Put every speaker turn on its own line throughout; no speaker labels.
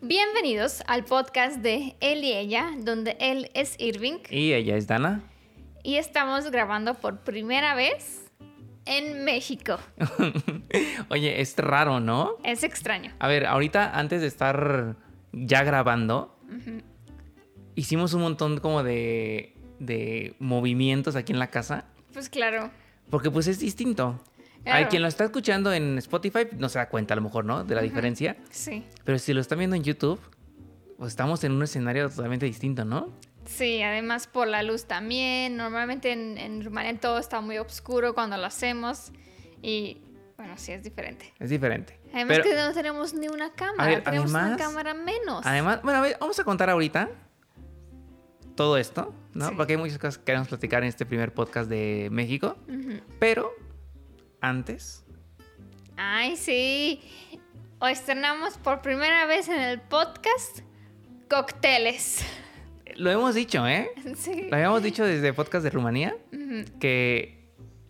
Bienvenidos al podcast de Él y Ella, donde él es Irving
Y ella es Dana.
y estamos grabando por primera vez en México.
Oye, es raro, ¿no?
Es extraño.
A ver, ahorita antes de estar ya grabando, hicimos un montón como de, de movimientos aquí en la casa,
Pues claro,
porque pues es distinto.
Claro.
Hay quien lo está escuchando en Spotify, no se da cuenta a lo mejor, ¿no? De la diferencia.
sí.
Pero si lo están viendo en YouTube, pues estamos en un escenario totalmente distinto, ¿no?
Sí, además por la luz también. Normalmente en, en Rumania todo está muy oscuro cuando lo hacemos y bueno, sí es diferente.
Es diferente.
Además
Pero-
que no tenemos ni una cámara,
ver,
tenemos una
además-
cámara menos.
Además, bueno, a ver, vamos a contar ahorita todo esto, ¿no?
Sí.
Porque hay muchas cosas que queremos platicar en este primer podcast de México.
Ujú.
Pero antes,
Ay, sí. Hoy estrenamos por primera vez en el podcast cócteles.
lo hemos dicho, ¿eh?
Sí.
Lo habíamos dicho desde podcast de Rumanía
Ujú,
que,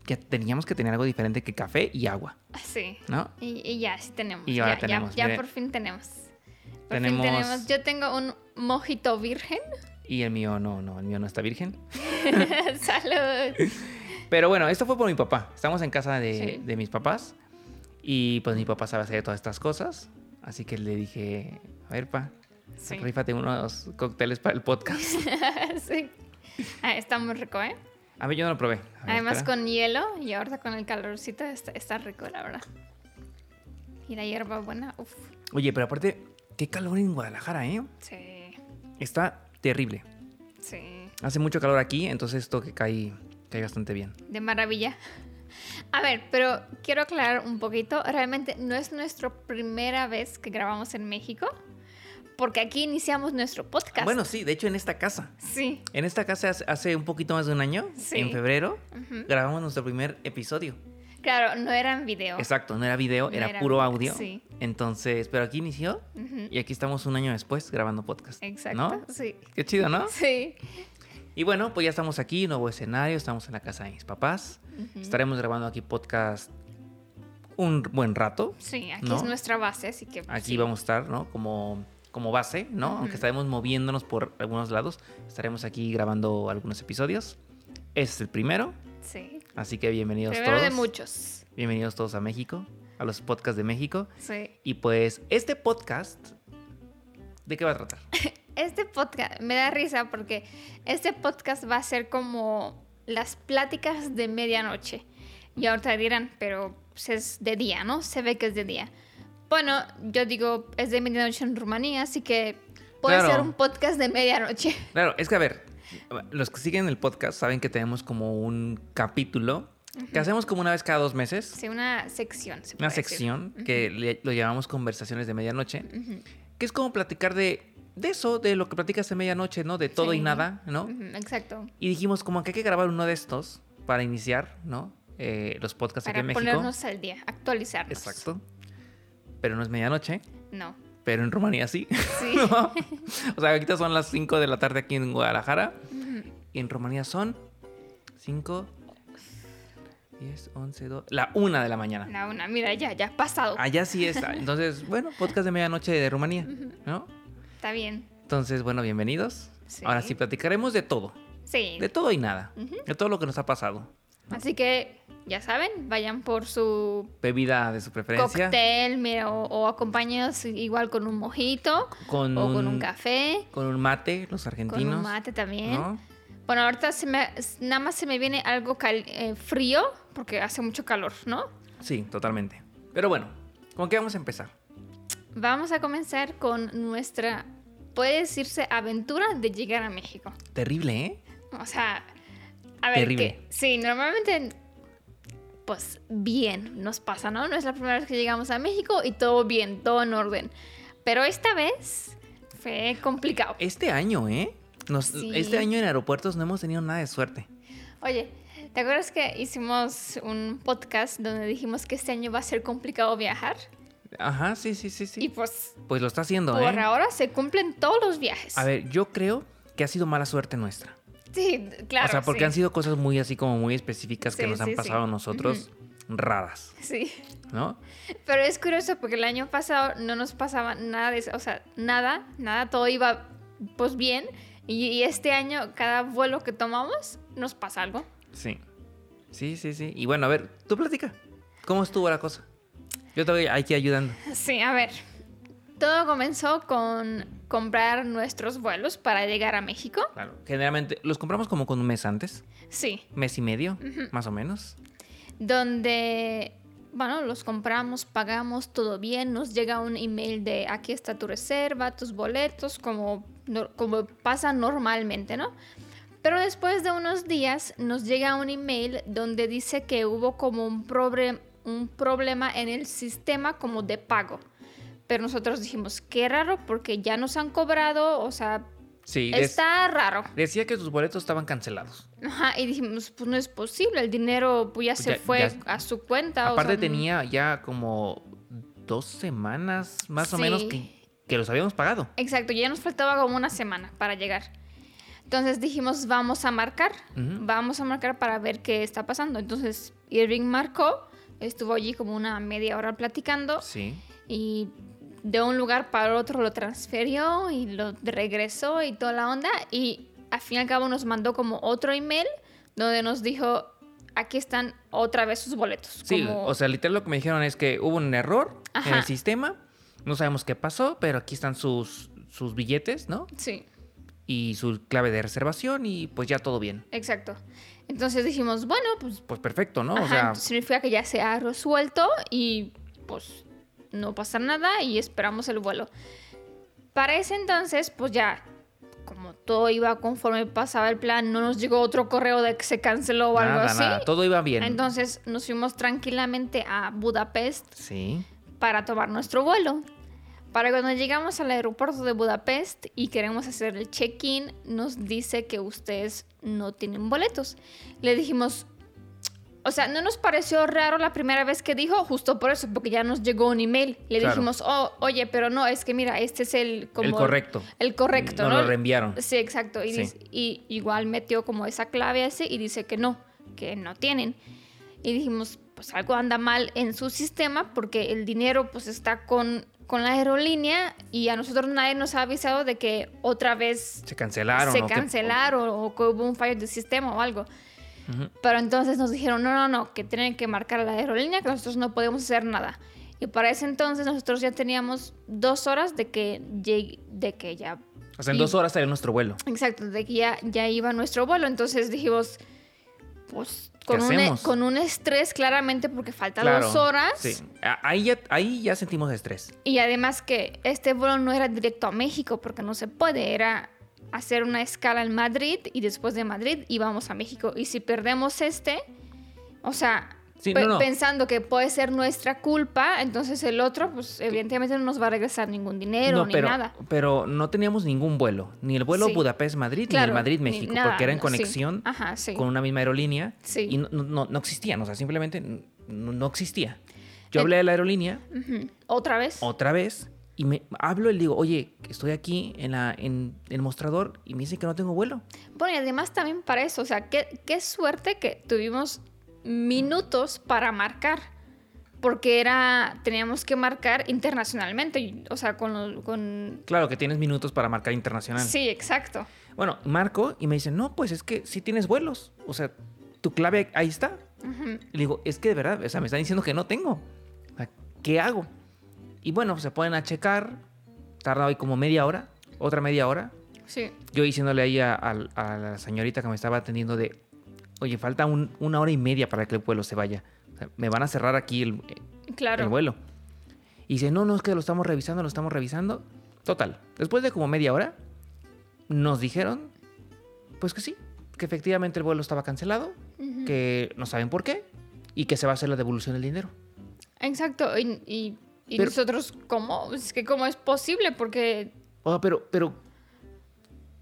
que teníamos que tener algo diferente que café y agua,
Sí.
¿no?
Y, y ya, sí tenemos.
Y ahora
ya,
tenemos,
Ya, ya
mire.
por fin tenemos. Por
Tenemos-
fin tenemos. Yo tengo un mojito virgen.
Y el mío no, no, el mío no está virgen.
Salud.
Pero bueno, esto fue por mi papá. Estamos en casa de,
Sí.
de mis papás y pues mi papá sabe hacer todas estas cosas. Así que le dije, a ver, pa,
Sí.
rífate unos cócteles para el podcast.
sí. Ah, está muy rico, ¿eh?
A ver, yo no lo probé. A ver,
Además
espera.
con hielo y ahorita con el calorcito está, está rico, la verdad. Y la hierba buena, uff.
Oye, pero aparte, qué calor en Guadalajara, ¿eh?
Sí,
Está terrible.
sí.
Hace mucho calor aquí, entonces esto que cae, cae bastante bien.
De maravilla. A ver, pero quiero aclarar un poquito. Realmente no es nuestra primera vez que grabamos en México, porque aquí iniciamos nuestro podcast.
Ah, Bueno, sí, de hecho en esta casa.
sí.
En esta casa hace- hace un poquito más de un año,
Sí.
en febrero,
Ujú.
grabamos nuestro primer episodio.
Claro, no era en video.
Exacto, no era video,
No
era,
Oh. era
puro
video,
audio.
sí.
Entonces, pero aquí inició
Ujú.
y aquí estamos un año después grabando podcast.
Exacto.
¿No?
Sí.
Qué chido, ¿no?
Sí.
Y bueno, pues ya estamos aquí, nuevo escenario, estamos en la casa de mis papás.
Ujú.
Estaremos grabando aquí podcast un buen rato.
Sí, aquí
¿No?
es nuestra base, así que. pues,
Aquí
sí.
vamos a estar, ¿no? Como, como base, ¿no?
Ujú.
Aunque estaremos moviéndonos por algunos lados, estaremos aquí grabando algunos episodios. Este es el primero,
Sí.
así que bienvenidos
Primero
todos.
de muchos.
Bienvenidos todos a México, a los podcasts de México.
Sí.
Y pues, este podcast, ¿de qué va a tratar?
Este podcast me da risa porque este podcast va a ser como las pláticas de medianoche. Y ahorita dirán, pero pues, es de día, ¿no? Se ve que es de día. Bueno, yo digo, es de medianoche en Rumanía, así que puede
Claro.
ser un podcast de medianoche.
Claro, es que a ver, los que siguen el podcast saben que tenemos como un capítulo que hacemos como una vez cada dos meses.
Sí, una sección. se
Una
puede decir.
sección que le- lo llamamos conversaciones de medianoche,
Ujú,
que es como platicar de, de eso, de lo que platicas de medianoche, ¿no? De todo y
Sí.
nada, ¿no?
ujú, Exacto.
Y dijimos como que hay que grabar uno de estos para iniciar, ¿no? Eh, los podcasts
Para
aquí en México.
ponernos al día, actualizarnos.
Exacto. Pero no es medianoche,
No.
pero en Rumanía sí.
Sí.
¿no? O sea, ahorita son las 5 de la tarde aquí en Guadalajara. Y en Rumanía son 5, 10, 11, 2, la 1 de la mañana.
La una, mira, ya, ya ha pasado.
Allá sí está. Entonces, bueno, podcast de medianoche de Rumanía, ¿no?
Está bien.
Entonces, bueno, bienvenidos.
Sí.
Ahora sí platicaremos de todo,
Sí.
de todo y nada, de todo lo que nos ha pasado.
Así que ya saben, vayan por su
Bebida de su preferencia.
cóctel mira, o, o acompáñanos igual con un mojito
Con
o
un,
con un café,
Con un mate, los argentinos.
con un mate también.
¿no?
Bueno, ahorita se me- nada más se me viene algo cal- eh, frío porque hace mucho calor, ¿no?
Sí, totalmente. Pero bueno, ¿con qué vamos a empezar?
Vamos a comenzar con nuestra, puede decirse, aventura de llegar a México.
Terrible, ¿eh?
O sea, a ver,
Terrible.
que- sí, normalmente, pues bien, nos pasa, ¿no? No es la primera vez que llegamos a México y todo bien, todo en orden. Pero esta vez fue complicado.
Este año, ¿eh? Nos-
Sí.
Este año en aeropuertos no hemos tenido nada de suerte.
Oye, ¿te acuerdas que hicimos un podcast donde dijimos que este año va a ser complicado viajar?
Ajá, sí, sí, sí,
Y
sí.
pues
Pues lo está haciendo,
por
¿eh?
ahora se cumplen todos los viajes.
A ver, yo creo que ha sido mala suerte nuestra.
Sí, claro.
o sea, porque
sí.
han sido cosas muy así como muy específicas que
Sí,
nos
sí,
han
sí.
pasado a nosotros. raras,
Sí.
¿no?
Pero es curioso porque el año pasado no nos pasaba nada de eso, o sea, nada, nada, todo iba pues bien. Y, y este año cada vuelo que tomamos nos pasa algo.
Sí. Sí, sí, sí. Y bueno, a ver, tú platica. ¿Cómo estuvo la cosa? Yo te voy aquí ayudando.
Sí, a ver. Todo comenzó con comprar nuestros vuelos para llegar a México.
Claro. Generalmente los compramos como con un mes antes,
Sí,
mes y medio, más o menos.
donde, bueno, los compramos, pagamos todo bien, nos llega un email de aquí está tu reserva, tus boletos, como, no- como pasa normalmente, ¿no? Pero después de unos días nos llega un email donde dice que hubo como un, probre- un problema en el sistema como de pago. Pero nosotros dijimos, qué raro, porque ya nos han cobrado, o sea,
Sí. des-
está raro.
Decía que tus boletos estaban cancelados.
Ajá, y dijimos, pues no es posible, el dinero pues ya se
Ya-
fue
ya-
a su cuenta. o
Aparte
sea, mm,
tenía ya como dos semanas más o
Sí.
menos que, que los habíamos pagado.
Exacto, ya nos faltaba como una semana para llegar. Entonces dijimos, vamos a marcar,
Ujú.
vamos a marcar para ver qué está pasando. Entonces Irving marcó, estuvo allí como una media hora platicando
Sí.
y de un lugar para otro lo transfirió y lo regresó y toda la onda. Y al fin y al cabo nos mandó como otro email donde nos dijo, aquí están otra vez sus boletos.
Sí,
como-
o sea, literal lo que me dijeron es que hubo un error en
Ajá.
el sistema. No sabemos qué pasó, pero aquí están sus, sus billetes, ¿no?
sí.
Y su clave de reservación y pues ya todo bien.
Exacto. Entonces dijimos, bueno, pues
Pues perfecto, ¿no?
ajá,
o sea,
entonces significa que ya se ha resuelto y pues no pasa nada y esperamos el vuelo. Para ese entonces, pues ya, como todo iba conforme pasaba el plan, no nos llegó otro correo de que se canceló o algo
nada,
así.
nada, todo iba bien.
Entonces nos fuimos tranquilamente a Budapest
Sí.
para tomar nuestro vuelo. Para cuando llegamos al aeropuerto de Budapest y queremos hacer el check-in, nos dice que ustedes no tienen boletos. Le dijimos, o sea, no nos pareció raro la primera vez que dijo, justo por eso, porque ya nos llegó un email. Le
Claro.
dijimos, oh, oye, pero no, es que mira, este es el, como-
el correcto.
El correcto,
Nos
¿no?
lo reenviaron.
Sí, exacto. Y,
Sí.
dice- y igual metió como esa clave así y dice que no, que no tienen. Y dijimos, pues algo anda mal en su sistema porque el dinero pues está con, con la aerolínea y a nosotros nadie nos ha avisado de que otra vez
Se cancelaron.
se
¿o qué?
cancelaron o que hubo un fallo de sistema o algo.
Ujú.
Pero entonces nos dijeron, no, no, no, que tienen que marcar a la aerolínea, que nosotros no podemos hacer nada. Y para ese entonces nosotros ya teníamos dos horas de que, llegue- de que ya
O sea, en
Y-
dos horas salió nuestro vuelo.
Exacto, de que ya, ya iba nuestro vuelo. Entonces dijimos, pues con, un, e-
hacemos?
con un estrés claramente porque faltan
Claro,
dos horas.
Sí. A- Ahí ya, ahí ya sentimos estrés.
Y además que este vuelo no era directo a México porque no se puede, era hacer una escala en Madrid y después de Madrid íbamos a México. Y si perdemos este, o sea...
Sí,
pe-
no, no.
Pensando que puede ser nuestra culpa, entonces el otro, pues evidentemente no nos va a regresar ningún dinero
no,
ni
pero,
nada.
pero no teníamos ningún vuelo. Ni el vuelo
Sí.
Budapest-Madrid, ni el
Claro, ni
Madrid-México,
nada,
porque era en
sí.
conexión
Ajá, sí.
con una misma aerolínea.
Sí.
Y no, no, no existían, o sea, simplemente n- no, no existía. Yo hablé de la aerolínea
Ujú. Otra vez.
otra vez y me hablo y le digo, oye, estoy aquí en, la, en el mostrador y me dicen que no tengo vuelo.
Bueno, y además también para eso, o sea, qué, qué suerte que tuvimos minutos para marcar. Porque era, teníamos que marcar internacionalmente, y- o sea, con... lo- con...
Claro que tienes minutos para marcar internacional.
Sí, exacto.
Bueno, marco y me dicen, no, pues es que sí tienes vuelos. O sea, tu clave ahí está.
Ujú.
Y le digo, es que de verdad, o sea, me están diciendo que no tengo. O sea, ¿qué hago? Y bueno, se ponen a checar. Tarda hoy como media hora, otra media hora.
Sí,
Yo diciéndole ahí a, al- a la señorita que me estaba atendiendo de, oye, falta un- una hora y media para que el vuelo se vaya. O sea, me van a cerrar aquí el, el
claro.
vuelo. Y dice, no, no, es que lo estamos revisando, lo estamos revisando. Total, después de como media hora, nos dijeron, pues que sí, que efectivamente el vuelo estaba cancelado,
Ujú.
que no saben por qué y que se va a hacer la devolución del dinero.
Exacto. Y, y- y
Pero-
nosotros, ¿cómo? Es que ¿cómo es posible? Porque
O sea, pero, pero,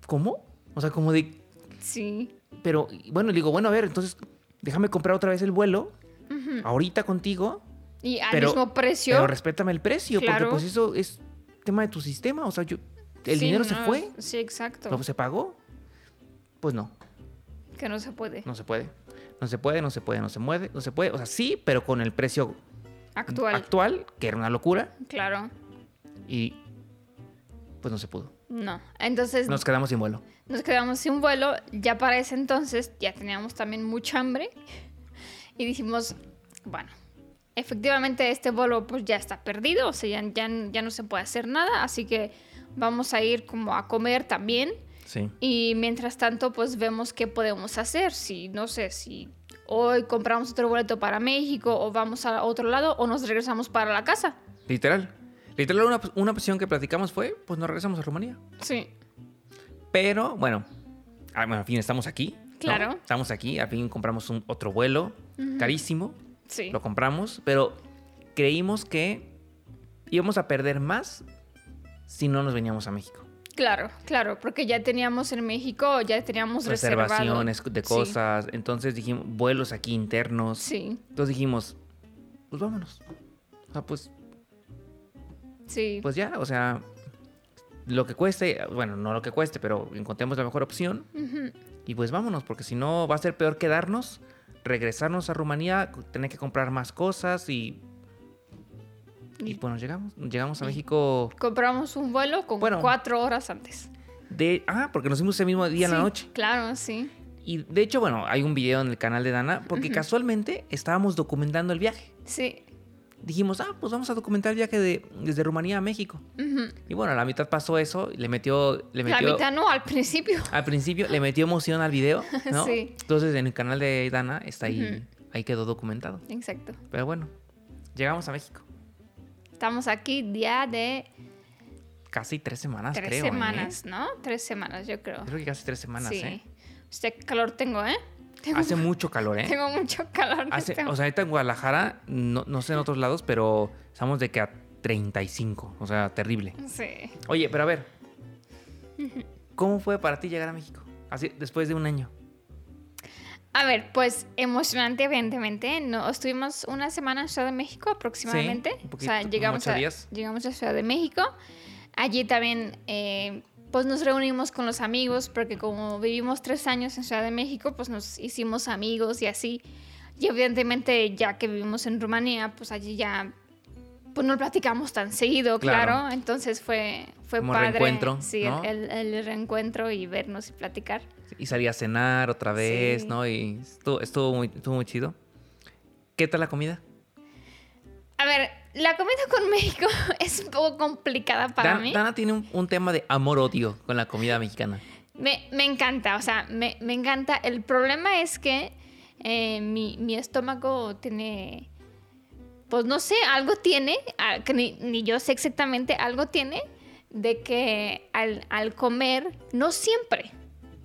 ¿cómo? O sea, como de,
sí.
pero, y bueno, le digo, bueno, a ver, entonces déjame comprar otra vez el vuelo,
Ujú.
ahorita contigo,
Y al
Pero-
mismo precio.
pero respétame el precio,
Claro.
porque pues eso es tema de tu sistema, o sea, yo, el
Sí,
dinero se
no,
fue,
Sí, exacto.
¿Lo- se pagó, pues no.
Que no se puede.
No se puede. No se puede, no se puede, no se mueve, no se puede. O sea, sí, pero con el precio
Actual.
actual, que era una locura,
claro.
y pues no se pudo.
No. Entonces
Nos quedamos sin vuelo.
nos quedamos sin vuelo. Ya para ese entonces ya teníamos también mucha hambre. Y dijimos, bueno, efectivamente este vuelo pues ya está perdido. O sea, ya, ya, ya no se puede hacer nada. Así que vamos a ir como a comer también.
Sí.
Y mientras tanto, pues vemos qué podemos hacer. Si, no sé, si hoy compramos otro boleto para México o vamos a otro lado o nos regresamos para la casa.
Literal. Literal, una, una opción que platicamos fue, pues nos regresamos a Rumanía.
Sí.
Pero, bueno, al bueno, al fin estamos aquí. ¿no?
Claro.
Estamos aquí, al fin compramos un, otro vuelo, carísimo.
Sí.
Lo compramos, pero creímos que íbamos a perder más si no nos veníamos a México.
Claro, claro, porque ya teníamos en México, ya teníamos Pues reservado.
Reservaciones de
Sí,
cosas. Entonces dijimos, vuelos aquí internos.
Sí,
Entonces dijimos, pues vámonos. O sea, pues,
sí,
pues ya, o sea, lo que cueste, bueno, no lo que cueste, pero encontremos la mejor opción
ujú,
y pues vámonos, porque si no va a ser peor quedarnos, regresarnos a Rumanía, tener que comprar más cosas y... Y
Y-
bueno, llegamos, llegamos a México
Compramos un vuelo con
Bueno.
cuatro horas antes.
de... Ah, porque nos fuimos ese mismo día en la
Sí,
noche.
Claro, sí.
Y de hecho, bueno, hay un video en el canal de Dana, porque casualmente estábamos documentando el viaje.
Sí.
Dijimos, ah, pues vamos a documentar el viaje de, desde Rumanía a México.
ujú.
Y bueno, a la mitad pasó eso, le metió, le
La
metió
mitad no, al principio.
al principio le metió emoción al video, ¿no?
Sí.
Entonces en el canal de Dana está ahí, ahí quedó documentado.
Exacto.
Pero bueno, llegamos a México.
Estamos aquí día de
Casi tres semanas,
tres
creo. ¿eh?
semanas, ¿no? Tres semanas, yo creo.
Creo que casi tres semanas,
sí.
¿eh?
Hostia, qué calor tengo, ¿eh? Tengo,
Hace mucho calor, ¿eh?
tengo mucho calor. en
Hace-
este
o sea, ahorita en Guadalajara, no, no sé en otros lados, pero estamos de que a 35, o sea, terrible.
momento. Sí.
Oye, pero a ver, ¿cómo fue para ti llegar a México? Así, después de un año.
A ver, pues emocionante, evidentemente. No, estuvimos una semana en Ciudad de México aproximadamente.
un
o sea,
poquito,
llegamos
como ocho
a,
días.
llegamos a Ciudad de México. Allí también, eh, pues nos reunimos con los amigos, porque como vivimos tres años en Ciudad de México, pues nos hicimos amigos y así. Y evidentemente, ya que vivimos en Rumanía, pues allí ya. Pues no platicamos tan seguido,
Claro.
claro. Entonces fue, fue
Como
padre.
reencuentro,
sí,
¿no?
el, el- el reencuentro y vernos y platicar.
Y salí a cenar otra vez,
Sí.
¿no? Y estuvo, estuvo, muy, estuvo muy chido. ¿Qué tal la comida?
A ver, la comida con México es un poco complicada para
Dan-
mí.
Dana tiene un, un tema de amor-odio con la comida mexicana.
Me, me encanta, o sea, me, me encanta. El problema es que eh, mi, mi estómago tiene, pues no sé, algo tiene, ah, que ni, ni yo sé exactamente, algo tiene de que al, al comer, no siempre,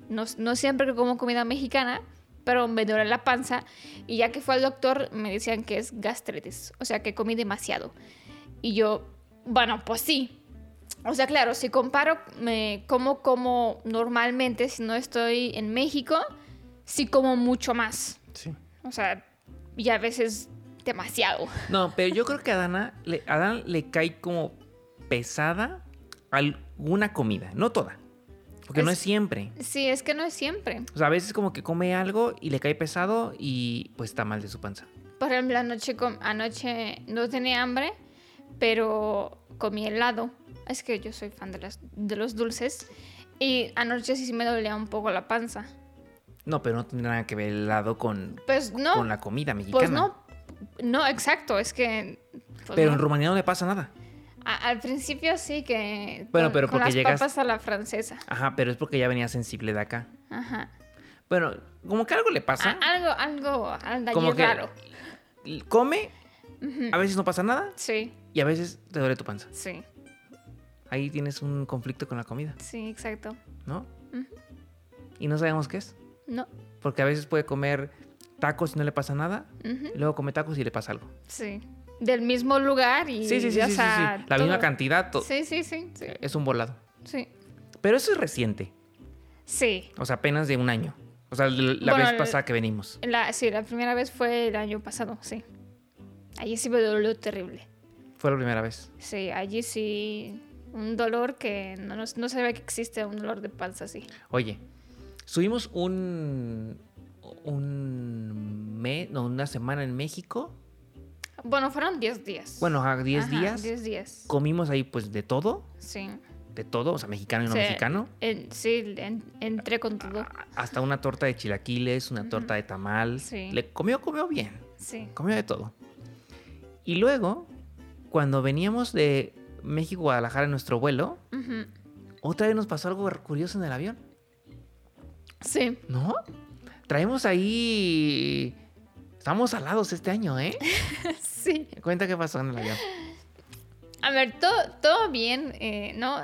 no, no siempre que como comida mexicana, pero me duele la panza y ya que fue al doctor me decían que es gastritis, o sea que comí demasiado. Y yo, bueno, pues sí. O sea, claro, si comparo me, como como normalmente, si no estoy en México, sí como mucho más.
Sí.
O sea, y a veces demasiado.
No, pero yo creo que a Dana le, a Dana le cae como pesada alguna comida. No toda. Porque no
Es-
es siempre.
Sí, es que no es siempre.
O sea, a veces como que come algo y le cae pesado y pues está mal de su panza.
Por ejemplo, anoche, com- anoche no tenía hambre, pero comí helado. Es que yo soy fan de, las- de los dulces. Y anoche sí me dolía un poco la panza.
No, pero no tendrá nada que ver el lado con,
Pues no,
con la comida mexicana.
pues no. No, exacto, es que... pues
Pero
no.
en Rumanía no le pasa nada.
A- al principio sí que...
Bueno,
con-
pero
con
porque
las
llegas-
papas a la francesa.
Ajá, pero es porque ya venía sensible de acá.
Ajá.
Bueno, como que algo le
A-
pasa.
algo, algo, algo
como
allí
que
raro.
come,
Ujú.
a veces no pasa nada
Sí,
y a veces te duele tu panza.
sí,
Ahí tienes un conflicto con la comida,
sí, exacto.
¿no?
Ujú.
Y no sabemos qué es.
No.
Porque a veces puede comer tacos y no le pasa nada.
ujú,
y Luego come tacos y le pasa algo.
Sí. Del mismo lugar y...
Sí, sí, sí, sí,
o
sí, sí.
sea,
La misma
todo-
cantidad. to-
Sí, sí, sí, sí,
Es un volado.
sí.
Pero eso es reciente.
Sí.
O sea, apenas de un año. O sea, l- la
Bueno,
vez
el-
pasada que venimos.
La, sí, la primera vez fue el año pasado, sí. Allí sí me dolió terrible.
Fue la primera vez.
Sí, allí sí... Un dolor que no, no, no sabía que existe un dolor de panza así.
Oye, subimos un, un mes, no, una semana en México.
Bueno, fueron 10 días.
Bueno, a 10
Ajá,
días.
10 días.
Comimos ahí pues de todo,
Sí.
de todo, o sea, mexicano y no
Sí.
mexicano.
En- sí, en- entré con todo.
Hasta una torta de chilaquiles, una torta de tamal.
Sí.
Le comió, comió bien.
Sí.
Comió de todo. Y luego, cuando veníamos de México a Guadalajara en nuestro vuelo,
Ujú.
otra vez nos pasó algo curioso en el avión.
Sí.
¿No? Traemos ahí. Estamos alados este año, ¿eh?
Sí.
Cuenta qué pasó en el avión.
A ver, todo, todo bien, eh, ¿no?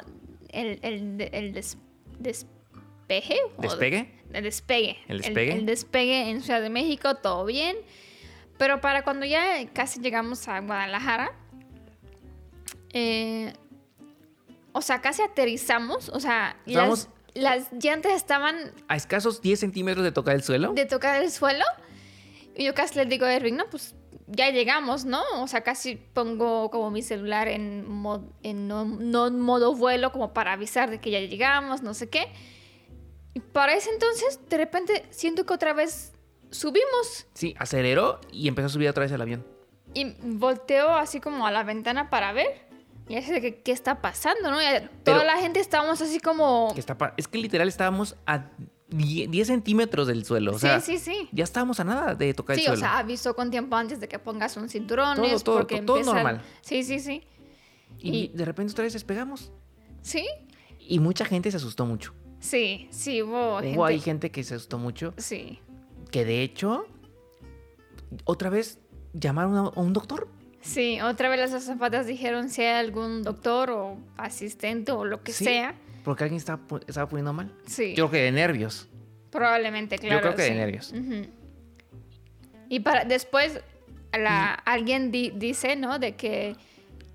El, el, de- el des- despeje. o-
¿Despegue?
El despegue.
¿El despegue?
El, despegue en Ciudad de México, todo bien. Pero para cuando ya casi llegamos a Guadalajara, eh, o sea, casi aterrizamos, o sea,
Estábamos-
las, las llantas estaban
A escasos 10 centímetros de tocar el suelo.
de tocar el suelo. Y yo casi le digo a Erwin, no, pues ya llegamos, ¿no? O sea, casi pongo como mi celular en, mo- en no, no en modo vuelo, como para avisar de que ya llegamos, no sé qué. Y para ese entonces, de repente, siento que otra vez subimos
Sí, aceleró y empezó a subir otra vez el avión.
y volteo así como a la ventana para ver. Y así de que, ¿qué está pasando, no? Y
Pero-
toda la gente estábamos así como...
Que está pa- es que literal estábamos a 10 10 centímetros del suelo. O sea,
sí, sí, sí.
ya estábamos a nada de tocar
Sí,
el suelo.
o sea, avisó con tiempo antes de que pongas un cinturón.
Todo, todo,
porque
todo
empieza-
normal.
Sí, sí, sí.
y,
y-
de repente otra vez despegamos.
Sí,
Y mucha gente se asustó mucho.
sí, sí, hubo,
Hubo
gente.
ahí gente que se asustó mucho.
Sí,
Que de hecho, otra vez llamaron a a un doctor.
sí, otra vez las azafatas dijeron si hay algún doctor o asistente o lo que
Sí.
sea.
Porque alguien estaba, pu- estaba poniendo mal.
Sí,
Yo creo que de nervios.
probablemente, claro.
creo que de
sí.
nervios.
Ujú. Y para, después la, alguien di- dice, ¿no? De que,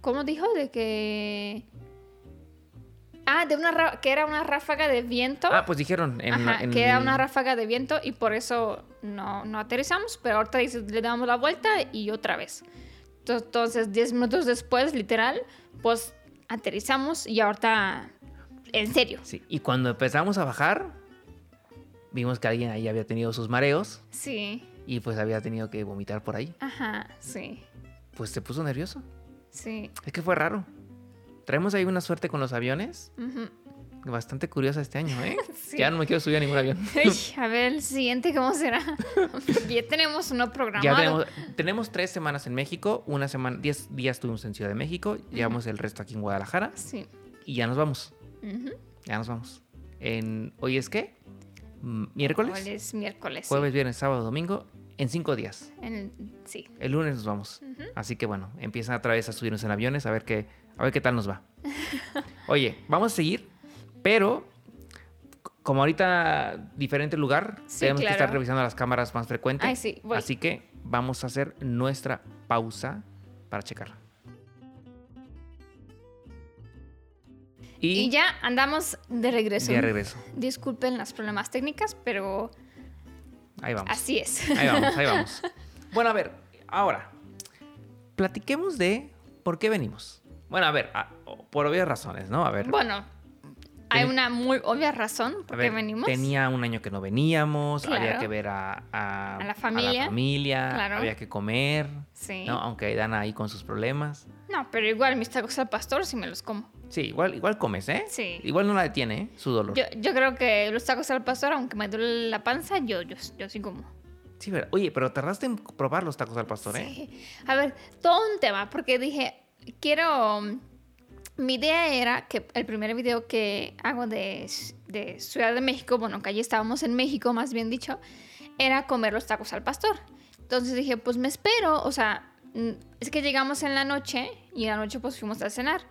¿cómo dijo? De que... Ah, de una ra- que era una ráfaga de viento.
Ah, pues dijeron en,
Ajá,
en-
que era una ráfaga de viento y por eso no, no aterrizamos, pero ahorita dices, le damos la vuelta y otra vez. To- Entonces, 10 minutos después, literal, pues aterrizamos y ahorita, en serio.
Sí, y cuando empezamos a bajar, vimos que alguien ahí había tenido sus mareos
Sí,
y pues había tenido que vomitar por ahí.
ajá, sí,
Pues se puso nervioso.
sí.
Es que fue raro. Traemos ahí una suerte con los aviones
ujú.
bastante curiosa este año, ¿eh?
Sí.
Ya no me quiero subir a ningún avión.
Ay, a ver, el siguiente, ¿cómo será? ya tenemos uno programado.
Ya tenemos, tenemos tres semanas en México, una semana, diez días estuvimos en Ciudad de México, llevamos el resto aquí en Guadalajara
Sí.
y ya nos vamos.
ujú.
Ya nos vamos. En, ¿Hoy es qué? Mm, ¿Miércoles?
Hoy es miércoles. sí.
Jueves, viernes, sábado, domingo. En cinco días.
En- sí.
El lunes nos vamos. Así que bueno, empiezan otra vez a subirnos en aviones a ver qué, a ver qué tal nos va. Oye, vamos a seguir, pero c- como ahorita diferente lugar,
Sí,
tenemos que
claro. Ah,
estar revisando las cámaras más frecuentes.
Ay, sí, voy.
Así que vamos a hacer nuestra pausa para checarla.
Y
Y,
ya andamos de regreso.
de regreso.
Disculpen los problemas técnicas, pero
Ahí vamos.
así es.
Ahí vamos, ahí vamos. Bueno, a ver, ahora, platiquemos de por qué venimos. Bueno, a ver, a- por obvias razones, ¿no? A ver,
Bueno, hay
Teni-
una muy obvia razón
a
por qué
ver
venimos.
tenía un año que no veníamos, había
Claro.
que ver a, a-
A la familia.
familia,
Claro.
había que comer,
Sí.
¿no? ah.
No.
Aunque dan ahí con sus problemas.
pero igual mis tacos al pastor sí me los como.
Sí, igual, igual comes, ¿eh?
Sí.
Igual no la detiene ¿eh? su dolor.
Yo, yo creo que los tacos al pastor, aunque me duele la panza, yo, yo, yo sí como.
Sí, ¿verdad? Oye, pero tardaste en probar los tacos al pastor, ¿eh?
Sí. A ver, todo un tema, porque dije, quiero... Mi idea era que el primer video que hago de, de Ciudad de México, bueno, que allí estábamos en México, más bien dicho, era comer los tacos al pastor. Entonces dije, pues me espero, o sea, mm, es que llegamos en la noche y en la noche pues fuimos a cenar.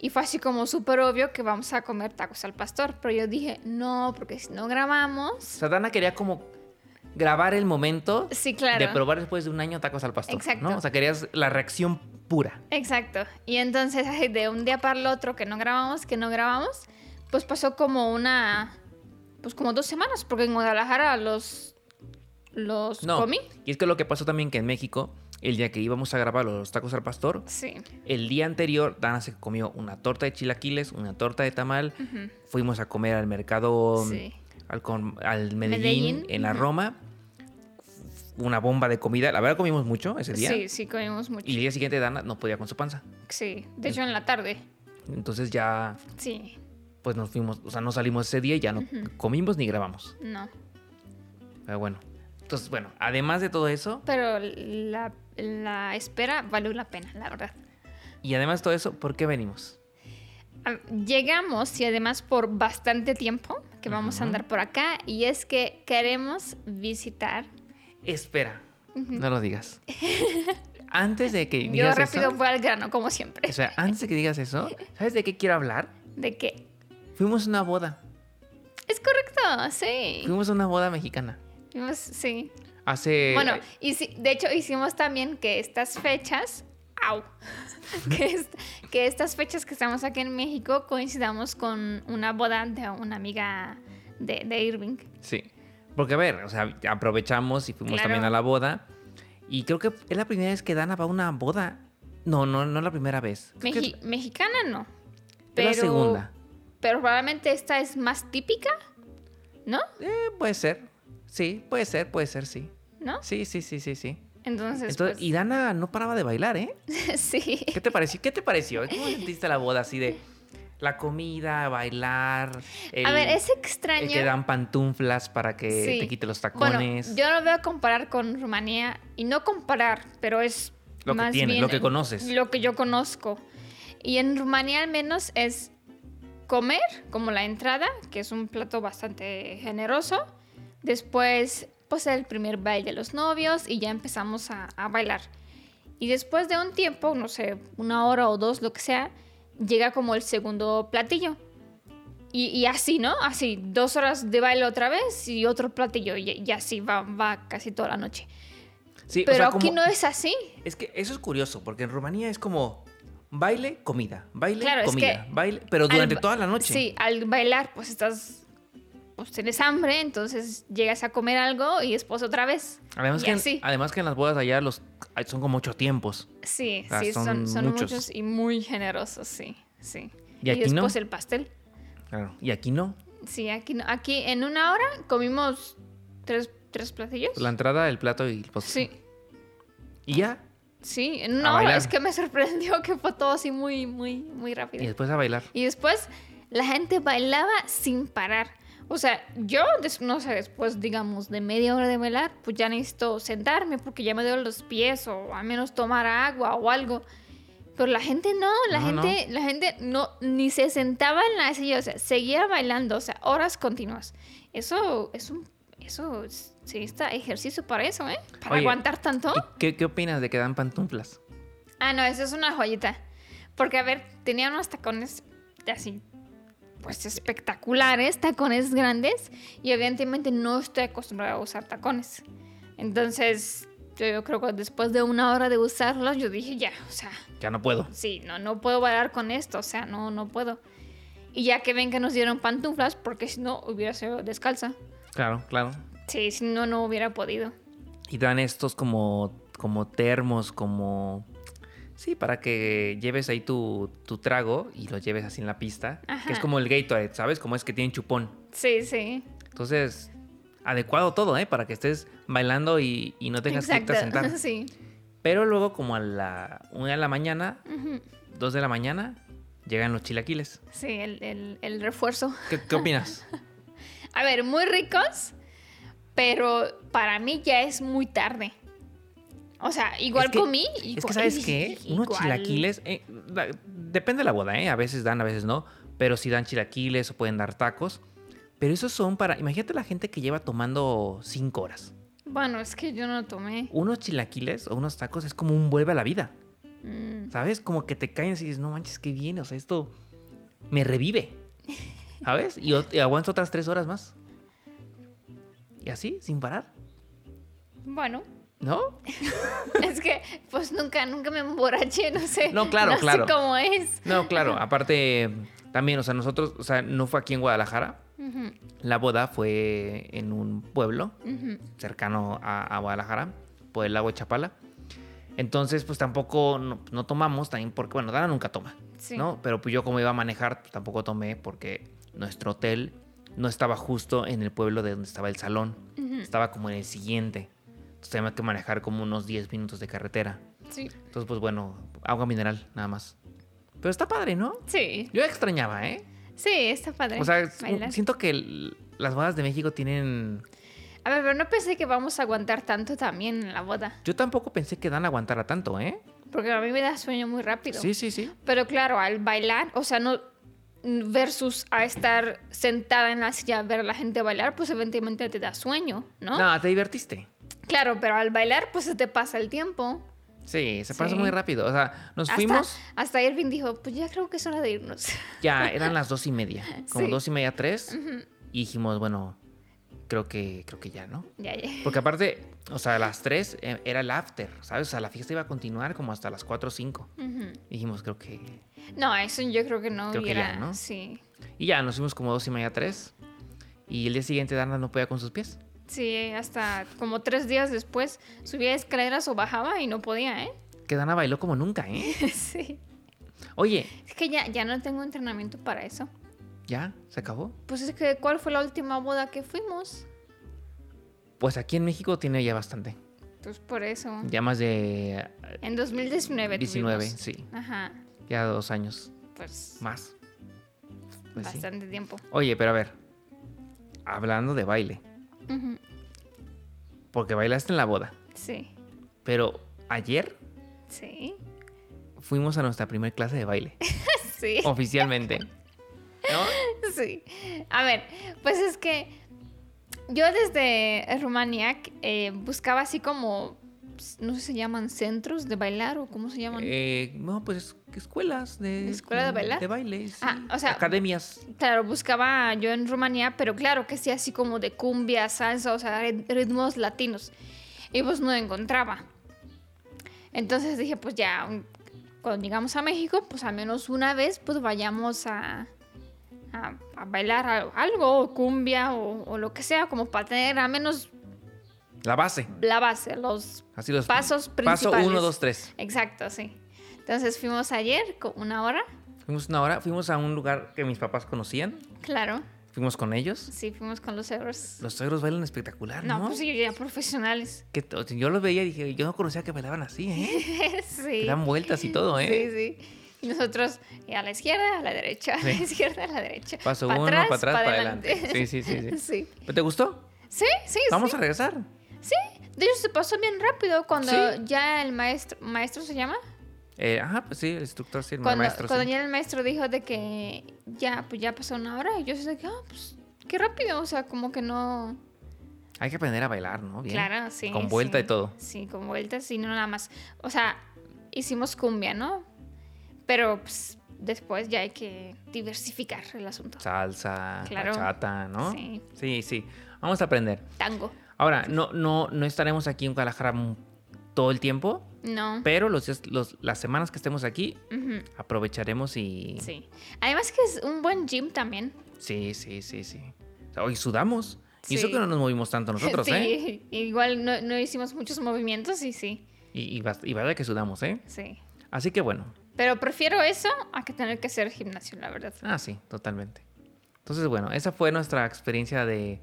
Y fue así como súper obvio que vamos a comer tacos al pastor, pero yo dije, no, porque si no grabamos...
Satana quería como grabar el momento
Sí, claro.
de probar después de un año tacos al pastor.
Exacto.
¿no? O sea, querías la reacción pura.
Exacto. Y entonces ay, de un día para el otro que no grabamos, que no grabamos, pues pasó como una, pues como dos semanas, porque en Guadalajara los, los
No.
comí.
Y es que lo que pasó también que en México, el día que íbamos a grabar los tacos al pastor,
Sí,
el día anterior Dana se comió una torta de chilaquiles, una torta de tamal, fuimos a comer al mercado,
Sí.
al, con- al Medellín,
Medellín,
en la Roma, una bomba de comida. La verdad comimos mucho ese día.
Sí, sí, comimos mucho.
Y el día siguiente Dana no podía con su panza.
Sí, de hecho en la tarde.
Entonces ya
Sí,
pues nos fuimos, o sea, no salimos ese día y ya no comimos ni grabamos.
no.
Pero bueno. Entonces, bueno, además de todo eso,
Pero la, la espera valió la pena, la verdad.
y además de todo eso, ¿por qué venimos?
Ah, Llegamos y además por bastante tiempo que vamos a andar por acá y es que queremos visitar.
Espera, no lo digas. Antes de que
Yo
digas
rápido pues.
eso,
voy al grano, como siempre.
o sea, antes de que digas eso, ¿sabes de qué quiero hablar?
De que
Fuimos a una boda.
es correcto, sí.
Fuimos a una boda mexicana.
Fuimos- Sí.
Hace
Bueno, y si- de hecho hicimos también que estas fechas, au, que, est- que estas fechas que estamos aquí en México coincidamos con una boda de una amiga de, de Irving.
Sí. Porque, a ver, o sea, aprovechamos y fuimos
Claro.
también a la boda. Y creo que es la primera vez que Dana va a una boda. No, no, no la primera vez. Creo que
Meji- mexicana no.
es
Pero,
la segunda.
pero probablemente esta es más típica, ¿no?
Eh, puede ser. Sí, puede ser, puede ser, sí.
¿No?
Sí, sí, sí, sí, sí.
Entonces,
Entonces, y Dana no paraba de bailar, ¿eh?
pues, sí.
¿Qué te pareció? ¿Qué te pareció? ¿Cómo sentiste la boda así de la comida, bailar? el-
a ver, es
el
extraño.
que dan pantuflas para que
Sí.
te quite los
bueno,
tacones.
yo lo veo a comparar con Rumanía y no comparar, pero es
Lo que
más
tienes,
bien
lo que conoces.
Lo que yo conozco. Y en Rumanía al menos es comer como la entrada, que es un plato bastante generoso. Después, pues el primer baile de los novios y ya empezamos a, a bailar. Y después de un tiempo, no sé, una hora o dos, lo que sea, llega como el segundo platillo. Y, y así, ¿no? Así, dos horas de baile otra vez y otro platillo. Y, y así va, va casi toda la noche.
Sí, o
Pero
sea,
aquí
como-
no es así.
Es que eso es curioso, porque en Rumanía es como baile, comida, baile,
Claro, es
comida,
que
baile, pero durante
al ba-
toda la noche.
Sí, al bailar, pues estás. Pues tienes hambre, entonces llegas a comer algo y después otra vez.
Además
Y
que, en,
así.
además que en las bodas allá los ay, son como ocho tiempos.
Sí,
Ah,
sí,
son
son, son
muchos.
muchos. y muy generosos, sí, sí.
¿Y
Y,
aquí no?
después el pastel.
Claro. Y aquí no.
Sí, aquí no. Aquí en una hora comimos tres, tres platillos.
La entrada, el plato y el postre.
Sí,
Y ya.
sí, en
A
una hora.
bailar.
Es que me sorprendió que fue todo así muy, muy, muy rápido.
Y después a bailar.
Y después la gente bailaba sin parar. O sea, yo, des- no sé, después, digamos, de media hora de bailar, pues ya necesito sentarme porque ya me duelen los pies o al menos tomar agua o algo. Pero la gente no, la
No, no.
gente, la gente no, ni se sentaba en la silla, o sea, seguía bailando, o sea, horas continuas. Eso es un, eso es- se necesita ejercicio para eso, ¿eh? Para
Oye,
aguantar tanto.
¿Y ¿Qué, qué opinas de que dan pantuflas?
Ah, no, eso es una joyita. Porque, a ver, tenía unos tacones así, pues espectaculares, tacones grandes. Y evidentemente no estoy acostumbrada a usar tacones. Entonces, yo, yo creo que después de una hora de usarlos, yo dije, ya, o sea,
Ya no puedo.
sí, no, no puedo bailar con esto, o sea, no, no puedo. Y ya que ven que nos dieron pantuflas, porque si no, hubiera sido descalza.
Claro, claro.
Sí, si no, no hubiera podido.
Y dan estos como, como termos, como... Sí, para que lleves ahí tu, tu trago y lo lleves así en la pista. Que es
Ajá.
como el Gatorade, ¿sabes? Como es que tienen chupón.
Sí, sí.
Entonces, adecuado todo, ¿eh? Para que estés bailando y, y no tengas que irte a sentar.
sí.
Pero luego, como a la una de la mañana,
Ujú.
dos de la mañana, llegan los chilaquiles.
Sí, el- el- el refuerzo.
¿Qué, qué opinas?
A ver, muy ricos, pero para mí ya es muy tarde. O sea, igual
Es que-
comí.
es que,
igual-
¿sabes qué? Unos
igual.
chilaquiles. eh, la- depende de la boda, ¿eh? A veces dan, a veces no. Pero si dan chilaquiles o pueden dar tacos. Pero esos son para. Imagínate la gente que lleva tomando cinco horas.
Bueno, es que yo no tomé.
Unos chilaquiles o unos tacos es como un vuelve a la vida.
Mm,
¿Sabes? Como que te caen y dices, no manches, qué bien, o sea, esto me revive. ¿Sabes? Y, ot- y aguanto otras tres horas más. Y así, sin parar.
bueno,
¿No?
es que pues nunca, nunca me emborraché, no sé.
No, claro,
no
claro.
Sé cómo es.
No, claro. Aparte, también, o sea, nosotros, o sea, no fue aquí en Guadalajara.
Ujú,
La boda fue en un pueblo
ujú.
cercano a, a Guadalajara, por el lago de Chapala. Entonces, pues tampoco no, no tomamos, también porque, bueno, Dana nunca toma.
Sí.
¿no? Pero pues yo como iba a manejar, pues, tampoco tomé porque nuestro
Mm.
hotel no estaba justo en el pueblo de donde estaba el salón. Estaba como en el siguiente. tenemos que manejar como unos 10 minutos de carretera.
Sí.
Entonces, pues bueno, agua mineral, nada más. Pero está padre, ¿no?
Sí.
Yo extrañaba, ¿eh?
Sí, está padre.
O sea, es-
bailar.
siento que el- las bodas de México tienen...
A ver, pero no pensé que vamos a aguantar tanto también en la boda.
Yo tampoco pensé que Dan aguantara tanto, ¿eh?
Porque a mí me da sueño muy rápido.
Sí, sí, sí.
Pero claro, al bailar, o sea, no versus a estar sentada en la silla a ver a la gente bailar, pues evidentemente te da sueño, ¿no?
No, te divertiste.
Claro, pero al bailar, pues se te pasa el tiempo.
Sí, se pasa
Sí.
muy rápido. O sea, nos
Hasta,
fuimos,
hasta Irving dijo, pues ya creo que es hora de irnos.
ya eran las dos y media. Como
Sí.
dos y media, tres. Y dijimos, bueno, creo que, creo que ya, ¿no?
ya, ya.
Porque aparte, o sea, a las tres eh, era el after, ¿sabes? O sea, la fiesta iba a continuar como hasta las cuatro o cinco.
Ujú.
Dijimos, creo que...
No, eso yo creo que no
Creo que ya,
hubiera...
¿no?
Sí,
Y ya, nos fuimos como dos y media, tres. Y el día siguiente Dana no podía con sus pies.
sí, hasta como tres días después subía escaleras o bajaba y no podía, ¿eh?
Que Dana bailó como nunca, ¿eh?
sí.
Oye,
Es que ya, ya no tengo entrenamiento para eso.
ya, se acabó.
Pues es que, ¿cuál fue la última boda que fuimos?
Pues aquí en México tiene ya bastante.
Pues por eso.
Ya más de eh,
En 2019.
19,
tuvimos.
sí.
Ajá.
Ya dos años
Pues
más. Pues sí.
bastante tiempo.
Oye, pero a ver. Hablando de baile.
Ujú,
Porque bailaste en la boda.
Sí,
Pero ayer
sí,
fuimos a nuestra primer clase de baile.
sí,
Oh. oficialmente. ¿No?
sí. A ver, pues es que yo desde Rumanía eh, buscaba así como, pues, no sé si se llaman centros de bailar o cómo se llaman.
Eh, no, pues escuelas de...
¿Escuela de bailar?
De baile, sí.
Ah, o sea-
Academias.
Claro, buscaba yo en Rumanía, pero claro que sí, así como de cumbia, salsa, o sea, rit- ritmos latinos. Y pues no encontraba. Entonces dije, pues ya, un- cuando llegamos a México, pues al menos una vez, pues vayamos a, a, a bailar al- algo, o cumbia, o, o lo que sea, como para tener al menos
La base.
la base, los
Así los...
pasos
Paso
principales.
1, 2, 3.
Exacto, sí. Entonces fuimos ayer, con una hora,
Fuimos una hora, fuimos a un lugar que mis papás conocían.
claro.
Fuimos con ellos.
Sí, fuimos con los euros.
Los suegros bailan espectacular, Ah, ¿no?
No, pues sí, ya profesionales.
Que to- yo los veía y dije, yo no conocía que bailaban así, ¿eh? Que
sí.
dan vueltas y todo, ¿eh?
Sí, sí. Y nosotros eh, a la izquierda, a la derecha, a la
Sí.
izquierda, a la derecha.
Paso
Pa'
uno, para atrás, para
pa'
adelante. Sí, sí, sí, sí.
Sí,
¿Pero te gustó?
sí, sí.
Vamos
sí.
a regresar.
Sí. De hecho, se pasó bien rápido cuando
Sí.
ya el maestro, ¿maestro se llama?
Eh, ajá, pues sí, el instructor, sí, el
cuando
maestro.
cuando
sí.
ya el maestro dijo de que ya, pues ya pasó una hora y yo sé que, ah, pues qué rápido, o sea, como que no...
Hay que aprender a bailar, ¿no? Bien.
Claro, sí.
Con vuelta
sí.
y todo.
Sí, con vuelta, sí, no nada más. O sea, hicimos cumbia, ¿no? Pero pues, después ya hay que diversificar el asunto.
Salsa,
Claro.
bachata, ¿no?
Sí.
Sí, sí. Vamos a aprender.
Tango.
Ahora, no, no, no estaremos aquí en Guadalajara mm, todo el tiempo,
No.
pero los, días- los- las semanas que estemos aquí
Ujú,
aprovecharemos y...
Sí. Además que es un buen gym también.
Sí, sí, sí, sí. O sea, hoy sudamos. Y eso
Sí.
que no nos movimos tanto nosotros,
sí,
¿eh?
igual no, no hicimos muchos movimientos y sí,
Y, y, bast- y vaya que sudamos, ¿eh?
sí.
Así que bueno.
Pero prefiero eso a que tener que hacer gimnasio, la verdad.
Ah, sí, totalmente. Entonces, bueno, esa fue nuestra experiencia de...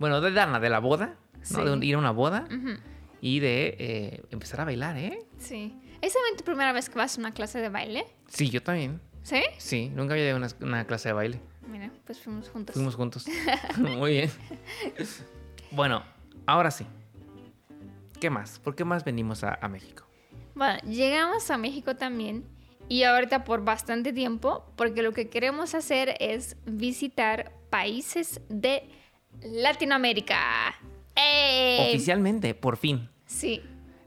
Bueno, de Dana, de la boda, ¿no?
Sí.
De un- ir a una boda
Ujú,
y de eh, empezar a bailar, ¿eh?
Sí. ¿Esa es tu primera vez que vas a una clase de baile?
Sí, yo también.
¿Sí?
Sí, nunca había ido a una, una clase de baile.
Mira, pues fuimos juntos.
Fuimos juntos. Muy bien. Bueno, ahora sí. ¿Qué más? ¿Por qué más venimos a, a México?
Bueno, llegamos a México también y ahorita por bastante tiempo, porque lo que queremos hacer es visitar países de Latinoamérica. ¡Ey!
Oficialmente, por fin.
Sí,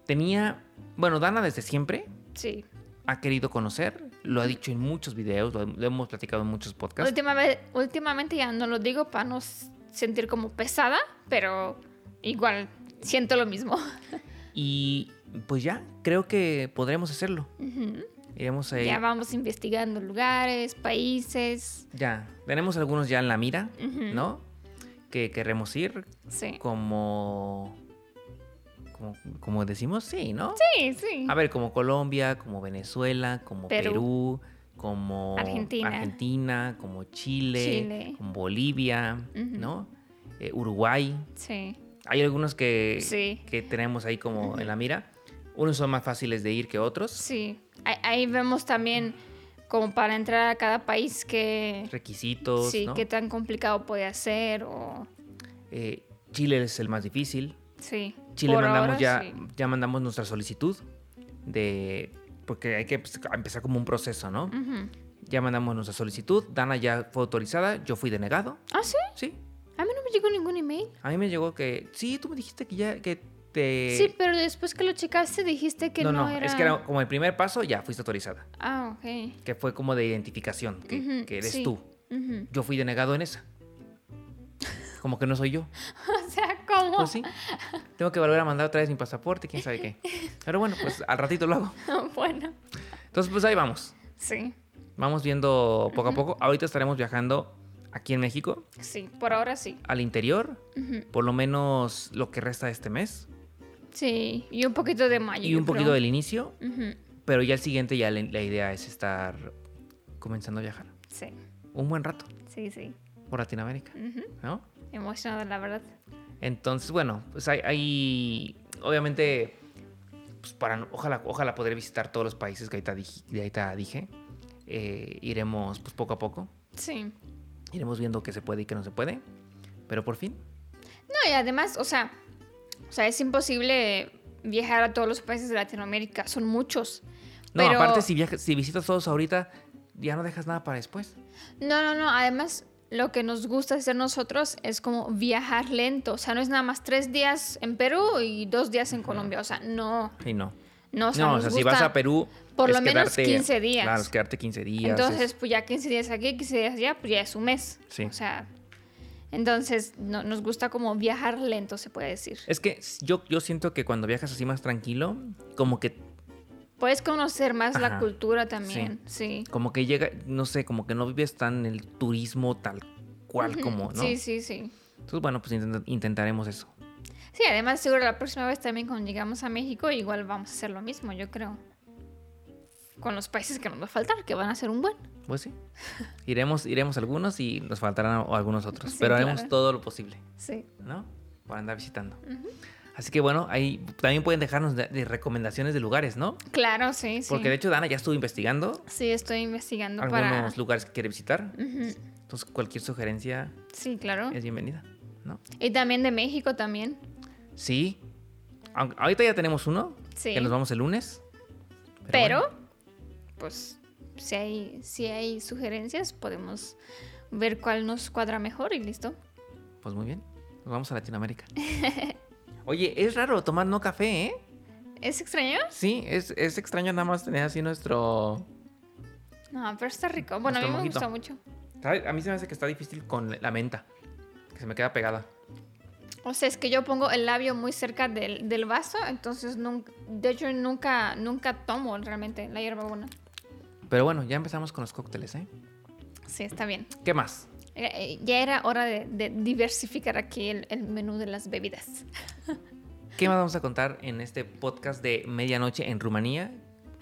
Tenía... Bueno, Dana desde siempre
sí.
ha querido conocer, lo ha dicho en muchos videos, lo, lo hemos platicado en muchos podcasts.
Última vez- últimamente ya no lo digo para no s- sentir como pesada, pero igual siento lo mismo.
Y pues ya, creo que podremos hacerlo.
Ujú.
Iremos a...
Ya
Ya,
vamos investigando lugares, países.
tenemos algunos ya en la mira,
Ujú.
¿no? Que queremos ir
Sí.
como... Como, como decimos, sí, ¿no?
Sí, sí.
A ver, como Colombia, como Venezuela, como Perú,
Perú.
como
Argentina.
Argentina, como Chile,
Chile.
como Bolivia,
Ujú.
¿no? Eh, Uruguay,
Sí.
Hay algunos que,
Sí.
que tenemos ahí como en la mira. Unos son más fáciles de ir que otros.
Sí, ahí, ahí vemos también como para entrar a cada país que...
Requisitos,
sí,
¿no?
qué tan complicado puede ser o...
Eh, Chile es el más difícil.
Sí.
Chile
por
mandamos
ahora,
ya,
sí.
ya mandamos nuestra solicitud de porque hay que pues, empezar como un proceso, ¿no?
Ujú.
Ya mandamos nuestra solicitud, Dana ya fue autorizada, yo fui denegado,
Ah, sí.
sí.
A mí no me llegó ningún email.
A mí me llegó que sí, tú me dijiste que ya que te
sí, pero después que lo checaste dijiste que no,
Eh, no, no,
era...
es que era como el primer paso, ya fuiste autorizada,
Ah, ok.
que fue como de identificación, que,
Ujú,
que eres
sí.
tú.
Ujú.
Yo fui denegado en esa. Como que no soy yo.
O sea, ¿cómo?
Pues sí. Tengo que volver a mandar otra vez mi pasaporte, quién sabe qué. Pero bueno, pues al ratito lo hago.
bueno,
Entonces, pues ahí vamos.
sí,
Vamos viendo poco a poco. Ahorita estaremos viajando aquí en México,
sí, por ahora sí.
al interior,
Ujú.
por lo menos lo que resta de este mes
Sí, y un poquito de mayo.
y
yo
un poquito
creo.
del inicio,
Ujú,
pero ya el siguiente ya la, la idea es estar comenzando a viajar
Sí,
un buen rato
sí, sí.
por Latinoamérica,
Ujú.
¿no?
Emocionada, la verdad.
Entonces, bueno, pues hay, hay- obviamente pues para ojalá ojalá poder visitar todos los países que ahorita dije, ahorita dije. Eh, iremos pues poco a poco,
Sí.
iremos viendo qué se puede y qué no se puede, pero por fin
No, y además, o sea, o sea, es imposible viajar a todos los países de Latinoamérica, son muchos.
No,
Pero-
aparte si viajas, si visitas todos ahorita, ya no dejas nada para después.
No, no, no, además lo que nos gusta hacer nosotros es como viajar lento, o sea, no es nada más tres días en Perú y dos días en Colombia, o sea, no,
Sí, no.
no, o sea,
no, o
nos
sea, si
gusta-
vas a Perú,
por
es
lo menos
quedarte-
15 días.
Claro, es quedarte 15 días.
Entonces,
es-
pues ya 15 días aquí, 15 días allá, pues ya es un mes.
Sí.
O sea, entonces no- nos gusta como viajar lento, se puede decir.
es que yo, yo siento que cuando viajas así más tranquilo, como que
Puedes conocer más la
Ajá.
cultura también, sí.
como que llega, no sé, como que no vives tan el turismo tal cual como, ¿no?
Sí, sí, sí.
Entonces, bueno, pues intent- intentaremos eso.
Sí, además seguro la próxima vez también cuando llegamos a México igual vamos a hacer lo mismo, yo creo. Con los países que nos va a faltar, que van a ser un buen.
Pues sí. Iremos, iremos algunos y nos faltarán a- algunos otros,
Sí,
pero
claro.
haremos todo lo posible.
Sí.
¿no? Para andar visitando. Así que bueno, ahí también pueden dejarnos de, de recomendaciones de lugares, ¿no?
Claro, sí, sí.
Porque de hecho Dana ya estuvo investigando
Sí, estoy investigando
algunos
para...
lugares que quiere visitar.
Ujú,
Entonces cualquier sugerencia
Sí, claro.
es bienvenida, ¿no?
Y también de México también.
Sí. Aunque- ahorita ya tenemos uno,
Sí.
que nos vamos el lunes.
Pero,
bueno,
pues, si hay, si hay sugerencias, podemos ver cuál nos cuadra mejor y listo.
pues muy bien, nos vamos a Latinoamérica. Oye, es raro tomar no café, ¿eh?
¿Es extraño?
Sí, es, es extraño nada más tener así nuestro...
No, pero está rico. Bueno,
Está
a mí me
mojito.
gusta mucho.
¿Sabe? A mí se me hace que está difícil con la menta, que se me queda pegada.
O sea, es que yo pongo el labio muy cerca del, del vaso, entonces nunca, de hecho nunca, nunca tomo realmente la hierbabuena.
Pero bueno, ya empezamos con los cócteles, ¿eh?
Sí, está bien.
¿Qué más?
Eh, eh, Ya era hora de, de diversificar aquí el, el menú de las bebidas.
¿Qué más vamos a contar en este podcast de medianoche en Rumanía,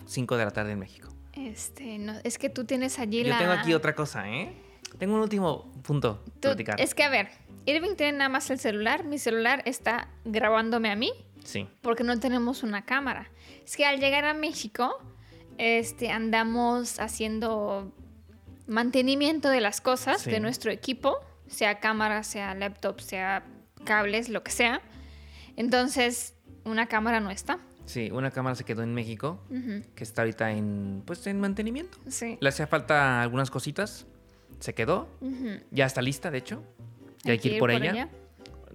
5 de la tarde en México?
Este, no, es que tú tienes allí la...
Yo tengo aquí otra cosa, ¿eh? Tengo un último punto
Tú-
platicar.
es que a ver, Irving tiene nada más el celular, mi celular está grabándome a mí
Sí.
porque no tenemos una cámara. Es que al llegar a México, este, andamos haciendo mantenimiento de las cosas,
Sí.
de nuestro equipo, sea cámara, sea laptop, sea cables, lo que sea. Entonces, una cámara no está.
Sí, una cámara se quedó en México,
Ujú,
que está ahorita en, pues, en mantenimiento.
Sí.
Le hacía falta algunas cositas, se quedó,
Ujú.
ya está lista, de hecho. Ya hay que ir,
ir
por, ella.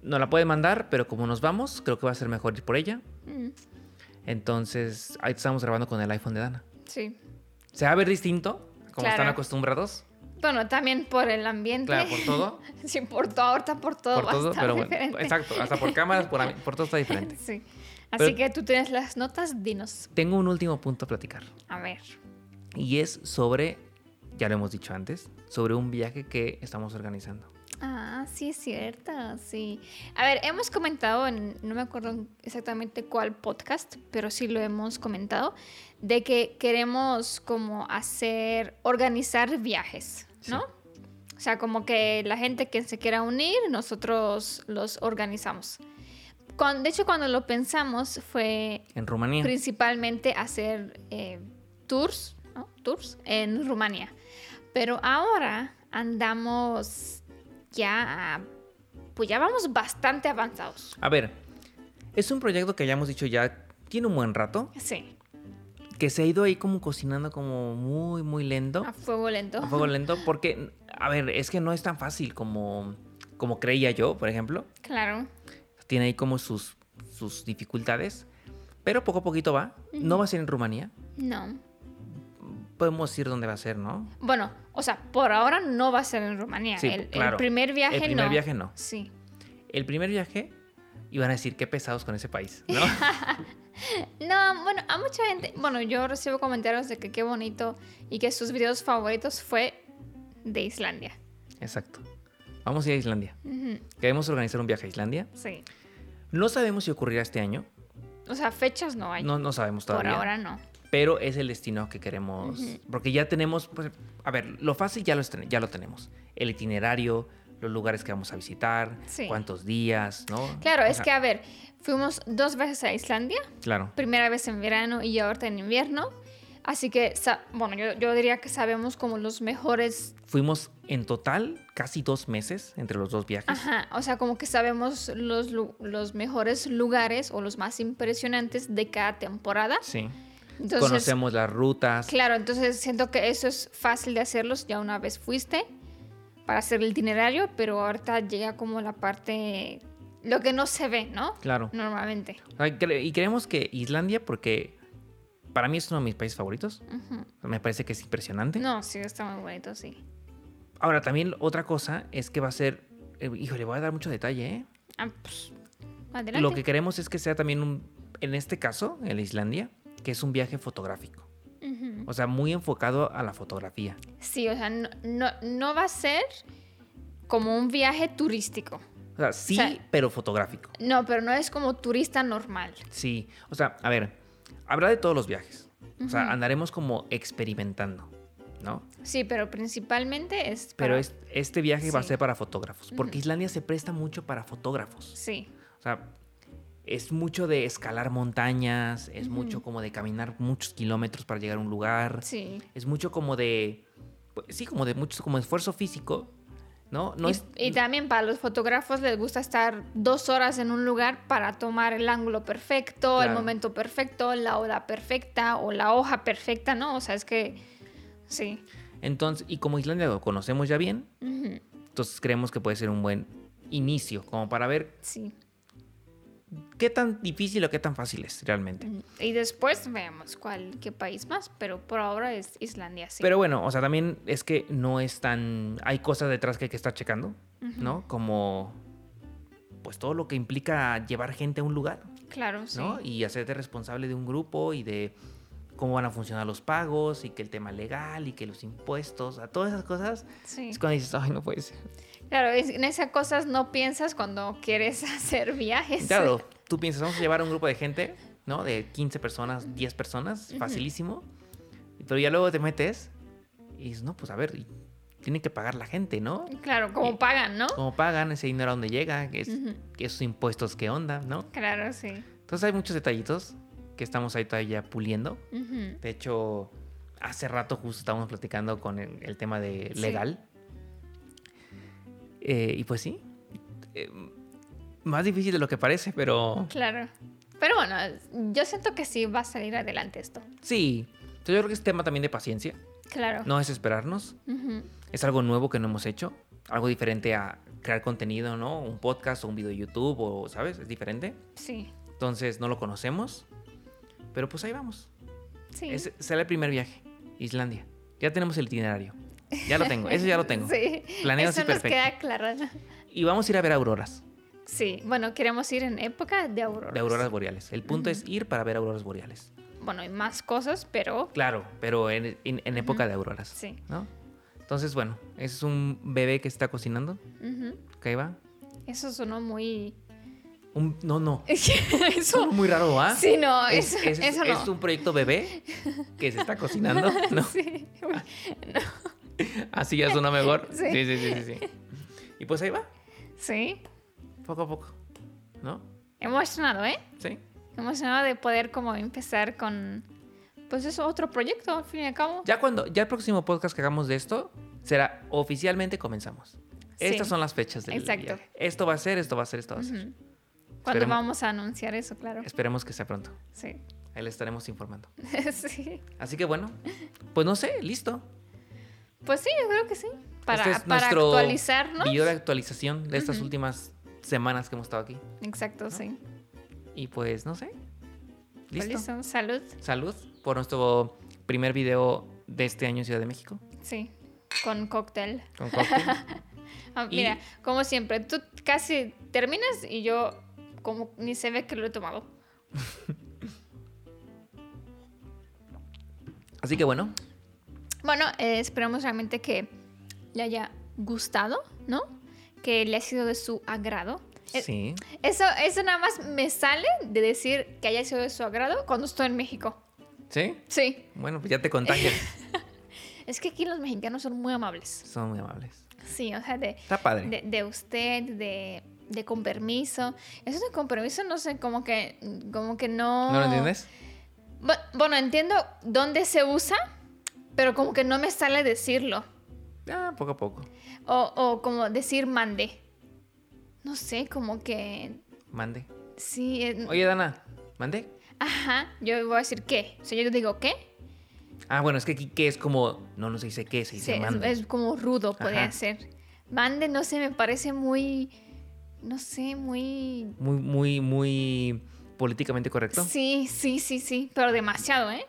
No la puede mandar, pero como nos vamos, creo que va a ser mejor ir por ella.
Mm,
Entonces, ahí estamos grabando con el iPhone de Dana.
Sí.
Se va a ver distinto, como
Claro.
están acostumbrados.
Bueno, también por el ambiente.
Claro, por todo.
Sí, por todo, ahorita por todo.
por
va a
todo,
estar
pero bueno.
diferente.
Exacto, hasta por cámaras, por, ami- por todo está diferente.
Sí.
Pero-
Así que tú tienes las notas, dinos.
Tengo un último punto a platicar.
A ver.
Y es sobre, ya lo hemos dicho antes, sobre un viaje que estamos organizando.
Ah, sí, es cierto, sí. A ver, hemos comentado, en, no me acuerdo en exactamente cuál podcast, pero sí lo hemos comentado, de que queremos como hacer, organizar viajes, ¿no? O sea, como que la gente que se quiera unir, nosotros los organizamos. Cuan- de hecho, cuando lo pensamos fue
En Rumanía.
principalmente hacer eh, tours, ¿no? tours en Rumania. Pero ahora andamos ya, pues ya vamos bastante avanzados.
A ver, es un proyecto que hayamos dicho ya tiene un buen rato,
Sí,
que se ha ido ahí como cocinando como muy, muy lento.
a fuego lento.
A fuego lento, porque, a ver, es que no es tan fácil como, como creía yo, por ejemplo.
Claro.
Tiene ahí como sus, sus dificultades, pero poco a poquito va. No va a ser en Rumanía.
No.
Podemos decir dónde va a ser, ¿no?
Bueno, o sea, por ahora no va a ser en Rumanía.
Sí,
el, el
claro.
primer viaje
El primer
no.
viaje no.
Sí.
El primer viaje iban a decir qué pesados con ese país, ¿no?
No, bueno, a mucha gente, bueno, yo recibo comentarios de que qué bonito y que sus videos favoritos fue de Islandia.
Exacto. Vamos a ir a Islandia.
Ujú,
Queremos organizar un viaje a Islandia.
Sí.
No sabemos si ocurrirá este año.
O sea, fechas no hay.
No, no sabemos todavía.
Por ahora no.
Pero es el destino que queremos. Porque ya tenemos, pues, a ver, lo fácil ya lo, estren- ya lo tenemos. El itinerario, los lugares que vamos a visitar,
Sí.
cuántos días, ¿no?
Claro,
O
es
sea,
que, a ver, fuimos dos veces a Islandia,
Claro.
primera vez en verano y ahorita en invierno. Así que, sa- bueno, yo, yo diría que sabemos como los mejores,
Fuimos en total casi dos meses entre los dos viajes.
ajá, o sea, como que sabemos los, lu- los mejores lugares o los más impresionantes de cada temporada.
Sí.
Entonces,
Conocemos las rutas.
Claro, entonces siento que eso es fácil de hacerlos. Ya una vez fuiste para hacer el itinerario, pero ahorita llega como la parte, lo que no se ve, ¿no?
Claro.
Normalmente.
Ay, cre- Y creemos que Islandia, porque para mí es uno de mis países favoritos.
Ujú.
Me parece que es impresionante.
No, sí, está muy bonito, sí.
Ahora, también otra cosa es que va a ser. eh, híjole, voy a dar mucho detalle, ¿eh?
Ah, pues, adelante.
Lo que queremos es que sea también un. En este caso, en la Islandia, que es un viaje fotográfico.
Ujú.
O sea, muy enfocado a la fotografía.
Sí, o sea, no, no, no va a ser como un viaje turístico.
O sea, sí,
sea-
pero fotográfico.
No, pero no es como turista normal.
Sí. O sea, a ver, habrá de todos los viajes. O sea,
Ujú.
andaremos como experimentando, ¿no?
Sí, pero principalmente es...
Pero
para-
es- este viaje va a
Sí.
ser para fotógrafos. Porque Islandia se presta mucho para fotógrafos.
Sí,
O sea, es mucho de escalar montañas, es mucho como de caminar muchos kilómetros para llegar a un lugar,
sí.
es mucho como de, pues, sí, como de mucho como esfuerzo físico, ¿no? No
y,
es
y también para los fotógrafos les gusta estar dos horas en un lugar para tomar el ángulo perfecto, el
Claro.
momento perfecto, la hora perfecta o la hoja perfecta, ¿no? O sea, es que... Sí.
entonces y como Islandia lo conocemos ya bien,
Ujú,
entonces creemos que puede ser un buen inicio, como para ver
Sí.
qué tan difícil o qué tan fácil es realmente.
Y después veamos cuál, qué país más, pero por ahora es Islandia, sí.
Pero bueno, o sea, también es que no es tan. Hay cosas detrás que hay que estar checando, ¿no? Como. Pues todo lo que implica llevar gente a un lugar.
claro, sí.
¿no? Y hacerte responsable de un grupo y de cómo van a funcionar los pagos y que el tema legal y que los impuestos, a todas esas cosas,
Sí.
es cuando dices, ay, no puede ser.
Claro, es- en esas cosas no piensas cuando quieres hacer viajes.
Claro, tú piensas, vamos a llevar a un grupo de gente, ¿no? De 15 personas, 10 personas, facilísimo. Pero ya luego te metes y dices, no, pues a ver, y tiene que pagar la gente, ¿no?
Claro, como pagan, ¿no?
¿Cómo pagan ese dinero a dónde llega? Es-
Ujú.
¿Esos impuestos qué onda, no?
Claro, sí.
Entonces hay muchos detallitos que estamos ahí todavía puliendo.
Ujú.
De hecho, hace rato justo estábamos platicando con el, el tema de
Sí.
legal. Eh, y pues sí. eh, más difícil de lo que parece, pero
Claro. Pero bueno, yo siento que sí va a salir adelante esto.
sí. Entonces, yo creo que es tema también de paciencia.
Claro.
No desesperarnos.
Ujú.
Es algo nuevo que no hemos hecho. Algo diferente a crear contenido, ¿no? Un podcast o un video de YouTube o, ¿sabes? Es diferente.
Sí.
Entonces no lo conocemos. Pero pues ahí vamos.
Sí.
Ese será el primer viaje. Islandia. Ya tenemos el itinerario. Ya lo tengo. Eso ya lo tengo.
Sí.
Planeo
Eso
así
nos
perfecto.
queda claro. ¿no?
Y vamos a ir a ver auroras,
Sí. Bueno, queremos ir en época de auroras.
de auroras boreales. El punto es ir para ver auroras boreales.
Bueno, hay más cosas, pero
Claro, pero en, en- en época de auroras.
sí.
¿no? Entonces, bueno, ese es un bebé que está cocinando.
Ujú.
¿Qué va?
Eso sonó muy...
Un- no, no.
Eso
Eso es muy raro, ¿ah?
Sí, no,
Es,
eso,
es-
eso no.
es un proyecto bebé que se está cocinando, ¿no?
Sí, uy,
Así ya suena mejor.
Sí.
Sí. sí, sí, sí, sí. Y pues ahí va,
sí,
poco a poco, ¿no?
Emocionado, ¿eh?
Sí.
Emocionado de poder como empezar con... Pues es otro proyecto, al fin y al cabo.
Ya cuando, ya el próximo podcast que hagamos de esto será oficialmente comenzamos. Estas
Sí.
son las fechas del
Exacto.
viaje. Esto va a ser, esto va a ser, esto va a ser.
Ujú. Cuando
Esperemos-
vamos a anunciar eso, claro.
Esperemos que sea pronto.
Sí.
Ahí le estaremos informando.
sí.
Así que bueno, pues no sé, listo.
Pues sí, yo creo que sí. Para,
Este es
para
nuestro
actualizarnos.
Video de actualización de estas
Ujú.
últimas semanas que hemos estado aquí.
Exacto, sí.
Y pues no sé.
Pues
Listo.
listo. Salud.
Salud por nuestro primer video de este año en Ciudad de México.
Sí. Con cóctel.
Con cóctel.
Ah,
Y-
Mira, como siempre, tú casi terminas y yo como ni se ve que lo he tomado.
Así que bueno,
Bueno, eh, esperamos realmente que le haya gustado, ¿no? Que le ha sido de su agrado. Eh,
sí.
Eso, eso nada más me sale de decir que haya sido de su agrado cuando estoy en México.
¿Sí?
Sí.
Bueno, pues ya te contagias.
Es que aquí los mexicanos son muy amables.
Son muy amables.
Sí, o sea, de,
Está padre.
de, de usted, de, de con permiso. Eso de con permiso, no sé, como que, como que no...
¿No lo entiendes?
Bu- Bueno, entiendo dónde se usa, pero como que no me sale decirlo.
Ah, poco a poco.
O, o como decir mande. No sé, como que...
Mande.
Sí, eh,
Oye, Dana, mande.
ajá, yo voy a decir qué. O sea, yo digo qué.
Ah, bueno, es que aquí que es como. No, no se dice qué, se
Sí,
dice
es,
mande.
es como rudo, podría
Ajá.
ser. Mande, no sé, me parece muy... No sé, muy...
Muy, muy, muy políticamente correcto.
Sí, sí, sí, sí, pero demasiado, ¿eh?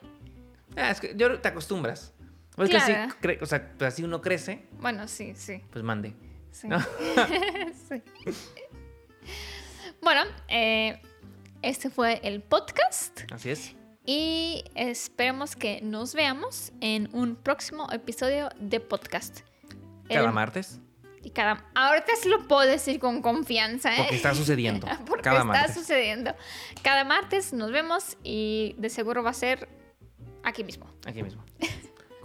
Ah, es que yo creo que te acostumbras. Pues es que así
Claro.
cre- o sea, pues así uno crece,
Bueno, sí, sí.
pues mande.
Sí.
No.
Sí. Bueno, eh, este fue el podcast
Así es.
y esperemos que nos veamos en un próximo episodio de podcast. El-
Cada martes.
y cada- ahorita sí lo puedo decir con confianza, ¿eh?
Porque está sucediendo.
Porque
cada
está
martes.
sucediendo. Cada martes nos vemos y de seguro va a ser aquí mismo.
Aquí mismo.